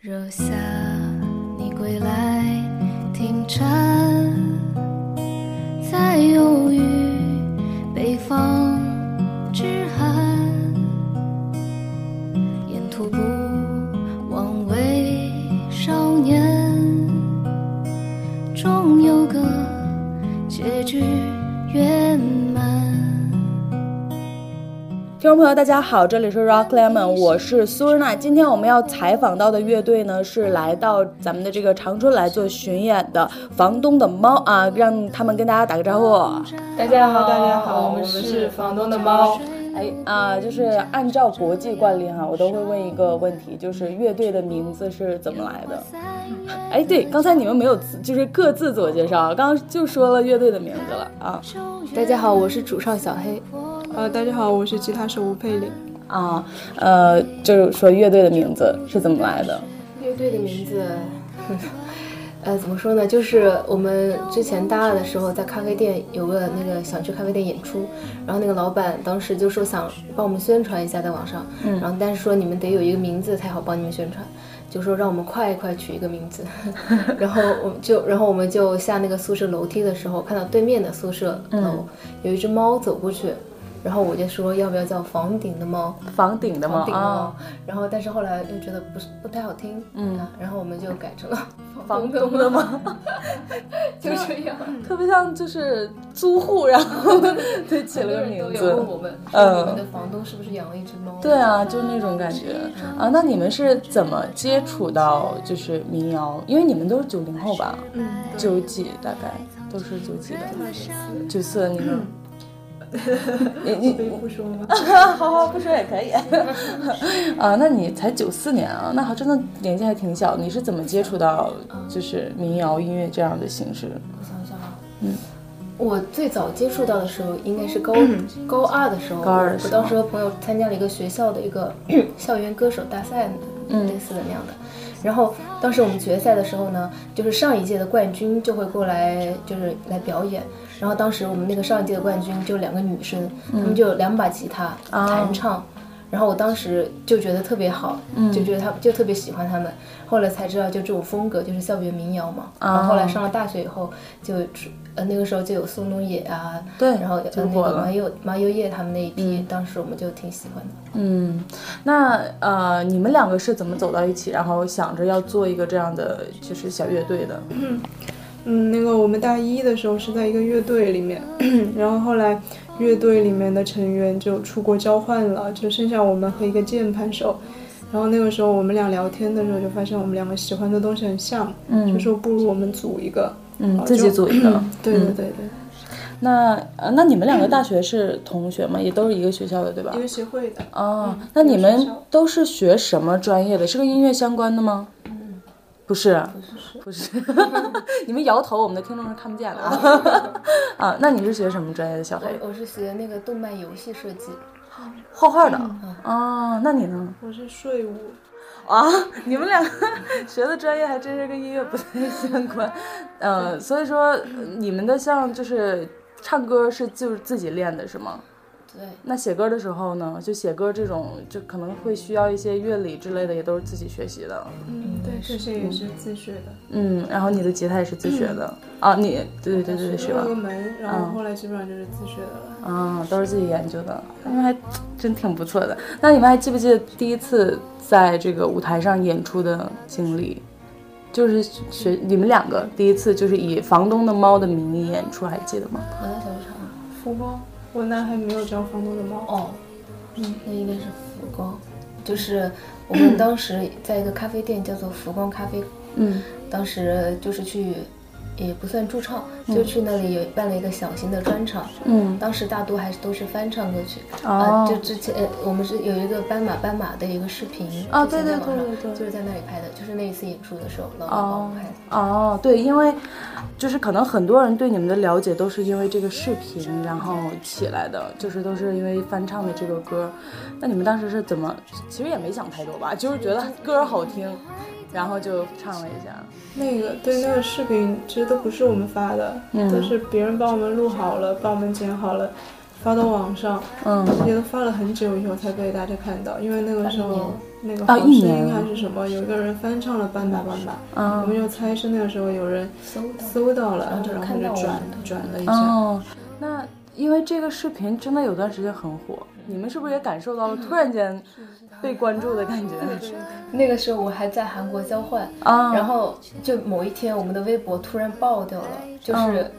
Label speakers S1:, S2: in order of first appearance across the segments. S1: 若下你归来，停船，在忧郁北方之寒，沿途不枉为少年，终有个结局圆满。
S2: 听众朋友，大家好，这里是 Rock Lemon，我是苏日娜。今天我们要采访到的乐队呢，是来到咱们的这个长春来做巡演的房东的猫啊，让他们跟大家打个招呼。
S3: 大家好，大家
S2: 我
S3: 好，我
S2: 们
S3: 们
S2: 是
S3: 是房东的猫。
S2: 哎啊，就是按照国际惯例哈、我都会问一个问题，就是乐队的名字是怎么来的？哎，对，刚才你们没有自就是各自自我介绍，刚刚就说了乐队的名字了啊
S3: 大家好，我是主唱小黑。
S4: 呃，大家好，我是吉他手吴佩玲。
S2: 啊呃，就是说乐队的名字是怎么来的？
S3: 乐队的名字， 呃，怎么说呢？就是我们之前搭的时候，在咖啡店有个那个想去咖啡店演出，然后那个老板当时就说想帮我们宣传一下在网上，然后但是说你们得有一个名字才好帮你们宣传。就说让我们快快取一个名字， 然后我们就，然后我们就下那个宿舍楼梯的时候，看到对面的宿舍楼、有一只猫走过去，然后我就说要不要叫房顶的猫，
S2: 房顶的吗？
S3: 房顶
S2: 啊
S3: 猫，然后但是后来又觉得不是不太好听，嗯、啊，然后我们就改成了
S2: 房东的吗？ 嗯
S3: 就这样，
S2: 特别像就是租户，然 后对起了
S3: 很多
S2: 个
S3: 人都
S2: 名
S3: 有问我
S2: 字。
S3: 们，
S2: 嗯
S3: 说你们的房东是不是养了一只猫？
S2: 对，啊，就是那种感觉啊。那你们是怎么接触到就是民谣？因为你们都是九零后吧？
S4: 嗯，
S2: 九几大概都是九几的，九四的你们。你
S4: 可以
S2: 你
S4: 不说吗？
S2: 好好不说也可以啊，那你才九四年啊，那还真的年纪还挺小。你是怎么接触到就是民谣音乐这样的形式？
S3: 我想想啊，嗯，我最早接触到的时候应该是高高二的时候，
S2: 嗯高二的时候
S3: 我当时和朋友参加了一个 学校的一个校园歌手大赛，
S2: 嗯
S3: 类似的那样的。然后当时我们决赛的时候呢，就是上一届的冠军就会过来，就是来表演。然后当时我们那个上一届的冠军就两个女生，
S2: 嗯
S3: 她们就有两把吉他
S2: 哦
S3: 弹唱。然后我当时就觉得特别好，
S2: 嗯
S3: 就觉得她就特别喜欢她们。后来才知道，就这种风格就是校园民谣嘛。然后后
S2: 哦
S3: 来上了大学以后，就呃那个时候就有宋冬野啊，
S2: 对
S3: 然后呃
S2: 就
S3: 那
S2: 火
S3: 个
S2: 了
S3: 马友马友友他们那一批，当时我们就挺喜欢的。
S2: 嗯，那呃，你们两个是怎么走到一起，然后想着要做一个这样的就是小乐队的？
S4: 嗯，那个我们大一的时候是在一个乐队里面， 然后后来乐队里面的成员就出国交换了，就剩下我们和一个键盘手。然后那个时候我们俩聊天的时候，就发现我们两个喜欢的东西很像，
S2: 嗯
S4: 就说不如我们组一个。
S2: 嗯
S4: 啊
S2: 自己 组一个
S4: 对对
S2: 嗯
S4: 对对，
S2: 那呃，那你们两个大学是同学吗？也都是一个学校的，对吧
S4: 一？个协会的。
S2: 哦，那你
S4: 一个学
S2: 们
S4: 校
S2: 都是学什么专业的？是跟音乐相关的吗？不是，嗯不是， 你们摇头，我们的听众是看不见的啊。 啊，那你是学什么专业的？小黑，
S3: 我我是学那个动漫游戏设计，
S2: 画画的。哦，那你呢？
S4: 我是税务，
S2: 啊， 你们两个 学的专业还真是跟音乐不太相关，呃，所以说呃你们的像就是唱歌是就是自己练的是吗？
S3: 对，
S2: 那写歌的时候呢，就写歌这种就可能会需要一些乐理之类的，也都是自己学习的。
S4: 嗯，对，这些也是自学的。
S2: 嗯，然后你的吉他也是自学的、啊，你对对对对是
S4: 入
S2: 吧
S4: 了？个门，然
S2: 嗯
S4: 后后来基本上就是自学的了。
S2: 啊，都是自己研究的，他们还真挺不错的。那你们还记不记得第一次在这个舞台上演出的经历？就是学你们两个第一次就是以房东的猫的名义演出，还记得吗？
S3: 我在小剧场。
S4: 福猫，我那还没有教房东的猫。
S3: 哦，嗯，那应该是浮光，就是我们当时在一个咖啡店叫做浮光咖啡，
S2: 嗯，
S3: 当时就是去。也不算驻唱，就去那里也办了一个小型的专场。
S2: 嗯，
S3: 当时大多还是都是翻唱歌曲。
S2: 哦
S3: 啊，就之前呃我们是有一个斑马斑马的一个视频。
S2: 哦
S3: 之前
S2: 对
S3: 在
S2: 对对
S3: 网上
S2: 对对
S3: 就是在那里拍的，就是那一次演出的时候，老板帮
S2: 哦
S3: 我拍的。
S2: 哦，对，因为就是可能很多人对你们的了解都是因为这个视频然后起来的，就是都是因为翻唱的这个歌。那你们当时是怎么？其实也没想太多吧，就是觉得歌好听，然后就唱了一下。
S4: 那个对那个视频其实都不是我们发的，都是别人帮我们录好了，帮我们剪好了，发到网上，
S2: 嗯。
S4: 也都发了很久以后才被大家看到。因为那个时候，那个
S2: 啊
S4: 好声
S2: 一年
S4: 音还是什么，有一个人翻唱了《半吧半吧》，
S2: 嗯
S4: 我们就猜是那个时候有人
S3: 搜到
S4: 搜到了，
S3: 然后就
S4: 然后
S3: 看到
S4: 就
S3: 我
S4: 转
S3: 们
S4: 转了一下。
S2: 哦，那因为这个视频真的有段时间很火，你们是不是也感受到了突然间被关注的感觉？
S3: 那个时候我还在韩国交换，
S2: 啊，
S3: 然后就某一天我们的微博突然爆掉了，就是、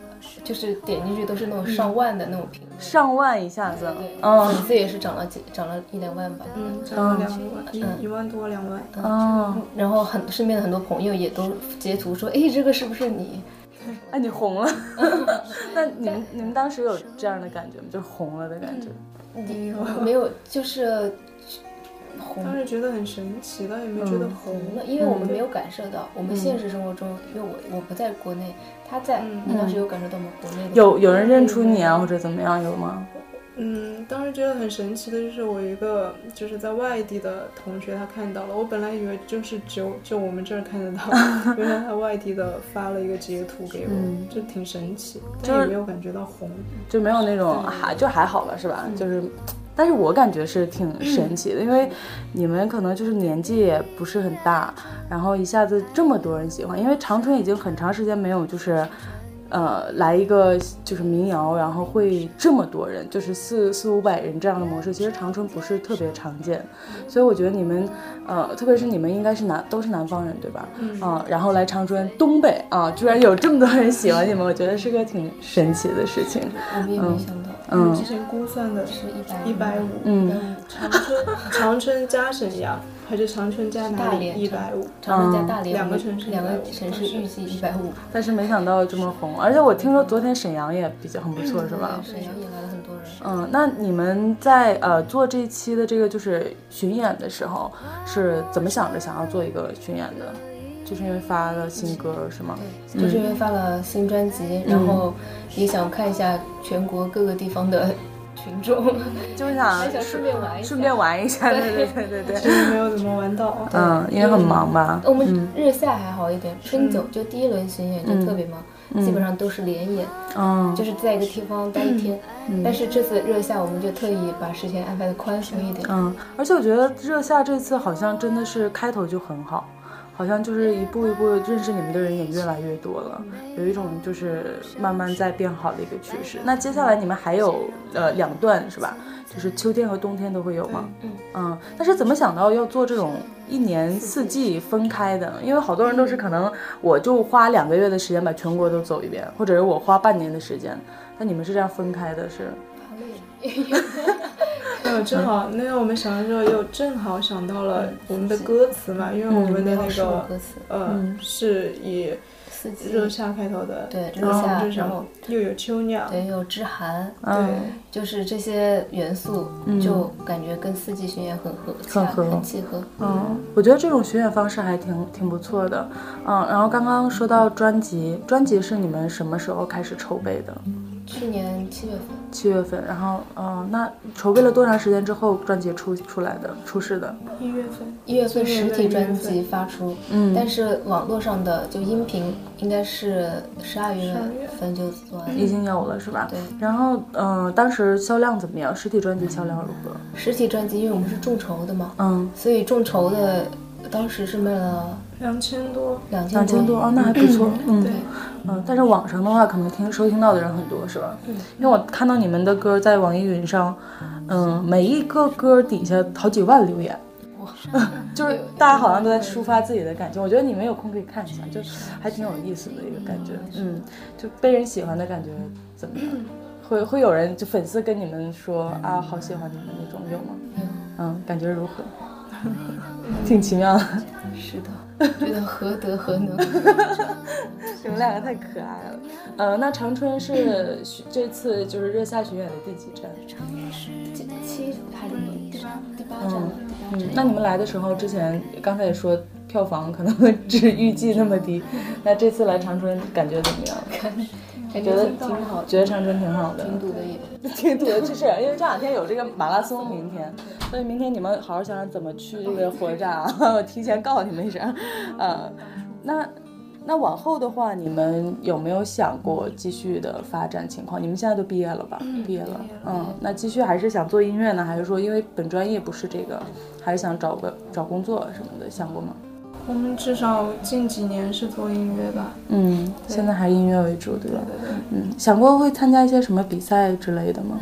S3: 就是点进去都是那种上万的那种评论，
S2: 上万一下子，
S3: 对，
S2: 嗯
S3: 粉丝也是涨了几涨了一两万吧。
S4: 嗯，涨了两万，一一万多两万。
S2: 嗯，
S3: 然后很身边的很多朋友也都截图说，哎，这个是不是你？
S2: 哎，你红了，那你们你们当时有这样的感觉吗？就是红了的感觉？
S3: 你没有，就是红
S4: 当时觉得很神奇的，也没觉得红。
S3: 红了，因为我们没有感受到。我们现实生活中，因为我我不在国内，他在，你当时有感受到吗？国内的
S2: 有有人认出你啊，或者怎么样有吗？
S4: 嗯，当时觉得很神奇的就是我一个就是在外地的同学，他看到了。我本来以为就是只有就我们这儿 看得到，原来他外地的发了一个截图给
S2: 嗯
S4: 我，就挺神奇，但也没有感觉到红。
S2: 就没有那种还就还好吧，是吧？就是，但是我感觉是挺神奇的，因为你们可能就是年纪也不是很大，然后一下子这么多人喜欢，因为长春已经很长时间没有就是。呃，来一个就是民谣，然后会这么多人，就是四四五百人这样的模式，其实长春不是特别常见，所以我觉得你们，呃，特别是你们应该是南都是南方人对吧？嗯、然后来长春东北啊、居然有这么多人喜欢你们，我觉得是个挺神奇的事情。
S3: 我们也没想到，
S4: 嗯，之前估算的
S3: 是一百
S4: 一百五，
S2: 嗯，
S3: 嗯，
S4: 长春长春加沈阳还是长春加哪
S3: 大
S4: 里？
S3: 连
S4: 一百五。
S3: 长春加大连
S4: 两个
S3: 我们
S4: 城市
S3: 嗯两个
S4: 150
S3: 城市预计一百五，
S2: 但是没想到这么红，而且我听说昨天沈阳也比较很不错，
S3: 嗯
S2: 是吧？
S3: 沈阳也来了很多人。
S2: 嗯，那你们在呃做这一期的这个就是巡演的时候，是怎么想着想要做一个巡演的？就是因为发了新歌是吗？
S3: 嗯就是因为发了新专辑，然后也想看一下全国各个地方的 群众，
S2: 就是想
S3: 还想顺便玩一下
S2: 顺便玩一下，对对对对对。
S4: 就是没有怎么玩到。
S2: 嗯，因为很忙吧？
S3: 我们日夏还好一点，春酒就第一轮巡演就特别忙，基本上都是连演，
S2: 嗯，
S3: 就是在一个地方待一天。但是这次热夏，我们就特意把时间安排的宽松一点。
S2: 嗯，而且我觉得热夏这次好像真的是开头就很好，好像就是一步一步认识你们的人也越来越多了，有一种就是慢慢在变好的一个趋势。那接下来你们还有呃两段是吧？就是秋天和冬天都会有吗？嗯但是怎么想到要做这种一年四季分开的？因为好多人都是可能我就花两个月的时间把全国都走一遍，或者是我花半年的时间。那你们是这样分开的，是？
S4: 对，哎正好那个我们想的时候，又正好想到了
S3: 嗯
S4: 我们的歌词嘛，因为
S2: 嗯
S4: 我们的那
S3: 然后是我
S4: 个
S3: 歌词，
S4: 呃是以
S3: 四季
S4: 热夏开头的，
S3: 对
S4: 然后
S3: 热夏
S4: 就是
S3: 然后
S4: 又有秋酿，
S3: 对有之寒，
S2: 嗯
S3: 就是这些元素，就感觉跟四季巡演很合洽，
S2: 很合
S3: 很契合。
S2: 嗯，我觉得这种巡演方式还挺挺不错的，嗯，然后刚刚说到专辑，专辑是你们什么时候开始筹备的？
S3: 去年七月份，
S2: 七月份，然后，嗯，那筹备了多长时间之后，专辑出出来的，出世的？
S4: 一月份，
S3: 一月份
S4: 去
S3: 实
S4: 年的
S3: 体
S4: 一月
S3: 专
S4: 份
S3: 辑发出，
S2: 嗯
S3: 但是网络上的就音频应该是十二月份就做完了。
S2: 已经有了是吧？
S3: 对
S2: 然后，嗯、当时销量怎么样？实体专辑销量如何？
S3: 实体专辑，因为我们是众筹的嘛，
S2: 嗯，
S3: 所以众筹的当时是卖了
S4: 两千多，
S3: 两
S2: 两
S3: 千
S2: 千多
S3: 多。
S2: 哦，那还不错。嗯，
S4: 对，
S2: 嗯，但是网上的话，可能听收听到的人很多，是吧？因为我看到你们的歌在网易云上，嗯，每一个歌底下好几万留言， 就是大家好像都在抒发自己的感情。我觉得你们有空可以看一下，就还挺有意思的一个感觉。嗯，就被人喜欢的感觉怎 么样？会会有人就粉丝跟你们说啊，好喜欢你们那种有吗？嗯，感觉如何？ 挺奇妙的，
S3: 是的，觉得何德何能？
S2: 你们两个太可爱了。呃，那长春是这次就是热夏巡演的第几站？
S3: 这七还是第八第八站了？第八
S2: 嗯
S3: 站，
S2: 那你们来的时候，之前刚才也说票房可能 只预计那么低，那这次来长春感觉怎么样？
S3: 感
S2: 觉得
S3: 觉挺好的，
S2: 觉得长春挺好的，
S3: 挺堵的也。
S2: 挺堵的，就是因为这两天有这个马拉松，明天，所以明天你们好好嗯想想怎么去这个火车站啊，我提前告诉你们一声，呃，那。那往后的话，你们有没有想过继续的发展情况？你们现在都毕业了吧？毕业了，嗯，那继续还是想做音乐呢，还是说因为本专业不是这个，还是想找个找工作什么的，想过吗？
S4: 我们至少近几年是做音乐吧，
S2: 嗯，现在还是音乐为主，对吧？
S4: 对对
S2: 嗯，想过会参加一些什么比赛之类的吗？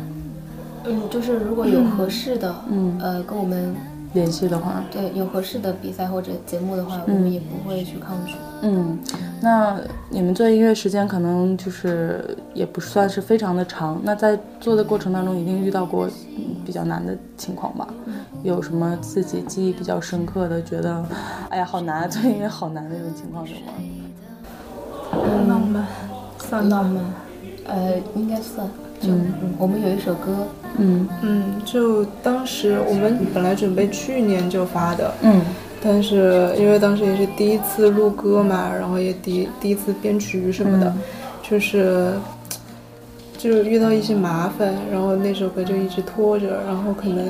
S3: 嗯，就是如果有合适的，
S2: 嗯
S3: 呃，跟我们
S2: 联系的话，
S3: 对有合适的比赛或者节目的话，
S4: 嗯
S3: 我们也不会去抗拒。
S2: 嗯，那你们做音乐时间可能就是也不算是非常的长，那在做的过程当中一定遇到过嗯比较难的情况吧？有什么自己记忆比较深刻的，觉得哎呀好难 啊，做音乐好难那种情况有吗？
S4: 对，浪漫，算浪
S3: 浪
S4: 漫。
S3: 漫，呃，应该算。就嗯，我们有一首歌，
S2: 嗯
S4: 嗯，就当时我们本来准备去年就发的，
S2: 嗯
S4: 但是因为当时也是第一次录歌嘛，然后也第第一次编曲什么的，
S2: 嗯
S4: 就是就是遇到一些麻烦，然后那首歌就一直拖着，然后可能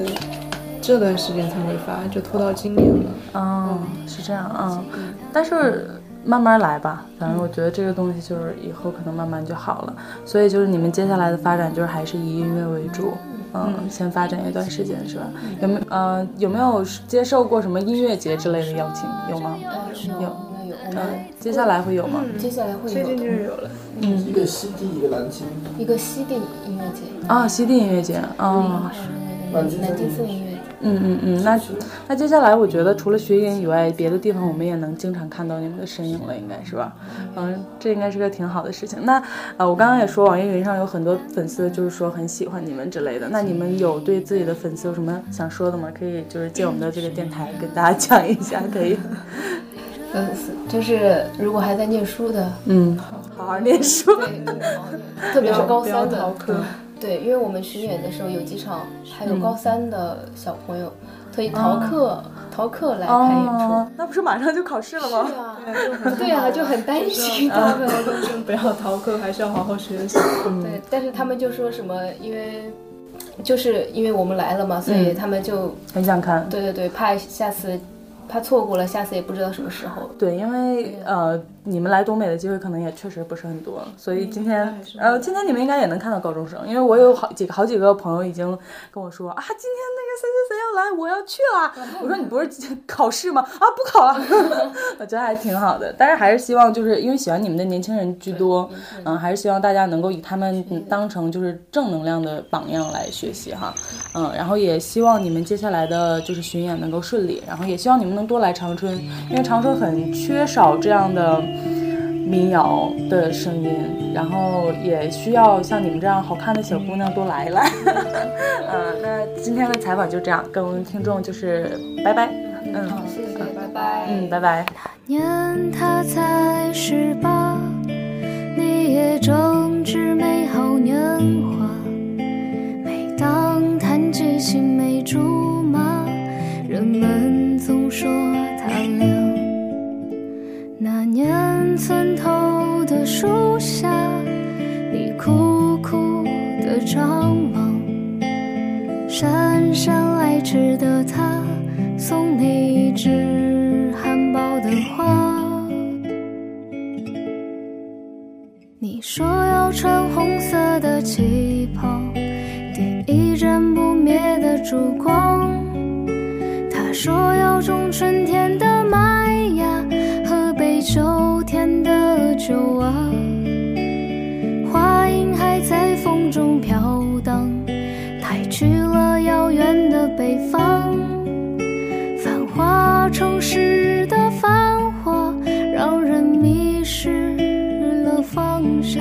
S4: 这段时间才会发，就拖到今年了。
S2: 哦，是这样啊、嗯但是慢慢来吧，反正我觉得这个东西就是以后可能慢慢就好了。所以就是你们接下来的发展就是还是以音乐为主，嗯，先发展一段时间是吧？有没有呃有没有接受过什么音乐节之类的邀请？有吗？
S3: 呃，
S2: 有
S3: 有应该有，我
S2: 嗯
S3: 们，
S2: 接下来会有吗？
S3: 接下来会
S4: 最近就
S3: 有
S4: 有了，
S5: 一个西地，一个南京，
S3: 一个西地音乐节，
S2: 啊，西地音乐节啊，
S3: 还有那个南京四音乐节。
S2: 嗯嗯嗯，那那接下来我觉得除了学音以外，别的地方我们也能经常看到你们的身影了，应该是吧？嗯，这应该是个挺好的事情。那呃，我刚刚也说，网易云上有很多粉丝就是说很喜欢你们之类的。那你们有对自己的粉丝有什么想说的吗？可以就是借我们的这个电台跟大家讲一下，可以。
S3: 嗯，就是如果还在念书的，
S2: 嗯，好好念书。
S3: 对， 特别是高
S4: 嗯不要
S3: 三
S4: 逃
S3: 的，
S4: 课。嗯
S3: 对，因为我们巡演的时候有几场，还有高三的小朋友特意逃
S4: 啊
S3: 课逃课来看演出。
S2: 哦，那不是马上就考试了吗？
S3: 对啊，就很担心他们。
S4: 高中 生不要逃课，还是要好好学习。
S3: 对，但是他们就说什么，因为就是因为我们来了嘛，所以他们就
S2: 很想看。
S3: 对对对，怕下次怕错过了，下次也不知道什么时候。
S2: 对，因为呃，你们来东北的机会可能也确实不是很多，所以今天、呃，今天你们应该也能看到高中生，因为我有好几个好几个朋友已经跟我说啊，今天那个谁谁谁要来，我要去啦。我说你不是 今考试吗？啊，不考了。 我觉得还挺好的，但是还是希望就是因为喜欢你们的年轻人居多，嗯，还是希望大家能够以他们嗯当成就是正能量的榜样来学习哈，嗯，然后也希望你们接下来的就是巡演能够顺利，然后也希望你们能多来长春，因为长春很缺少这样的民谣的声音，然后也需要像你们这样好看的小姑娘多来来。 嗯，那今天的采访就这样，跟我们听众就是拜拜，嗯
S3: 谢谢，拜拜。
S2: 嗯，拜拜。
S1: 年他才十八，你也正值美好年华。每当谈起青梅竹马，人们总说他俩。那年村头的树下，你苦苦的张望，姗姗来迟的他送你一枝含苞的花。你说要穿红色的旗袍，点一盏不灭的烛光。他说要种春天的麦芽和北秋天的酒啊。花影还在风中飘荡，抬去了遥远的北方。繁华城市的繁华，让人迷失了方向。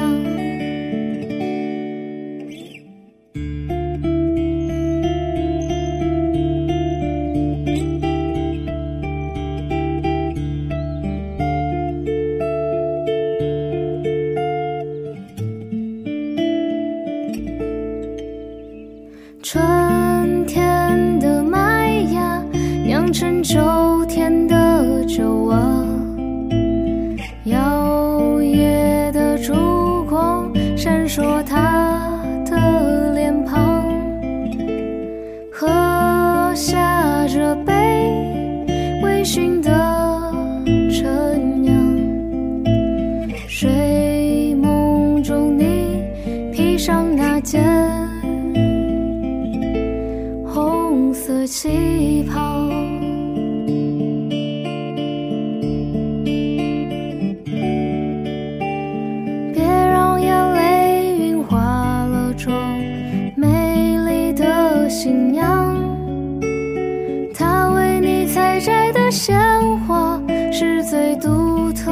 S1: 最独特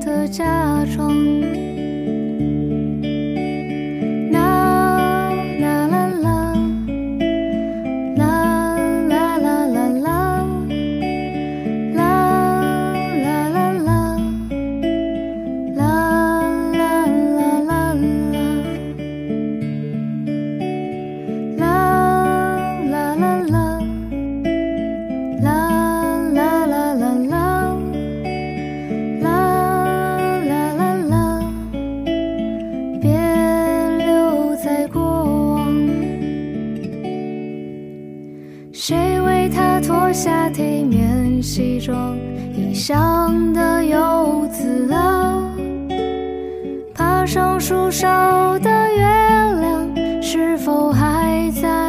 S1: 的假装。啦啦啦啦，啦啦啦啦啦，啦啦啦啦，啦啦啦啦啦。啦啦啦啦，啦啦啦啦啦，啦啦啦啦，别留在过往。谁为他脱下体面西装，异乡的游子啊？爬上树梢的月亮，是否还在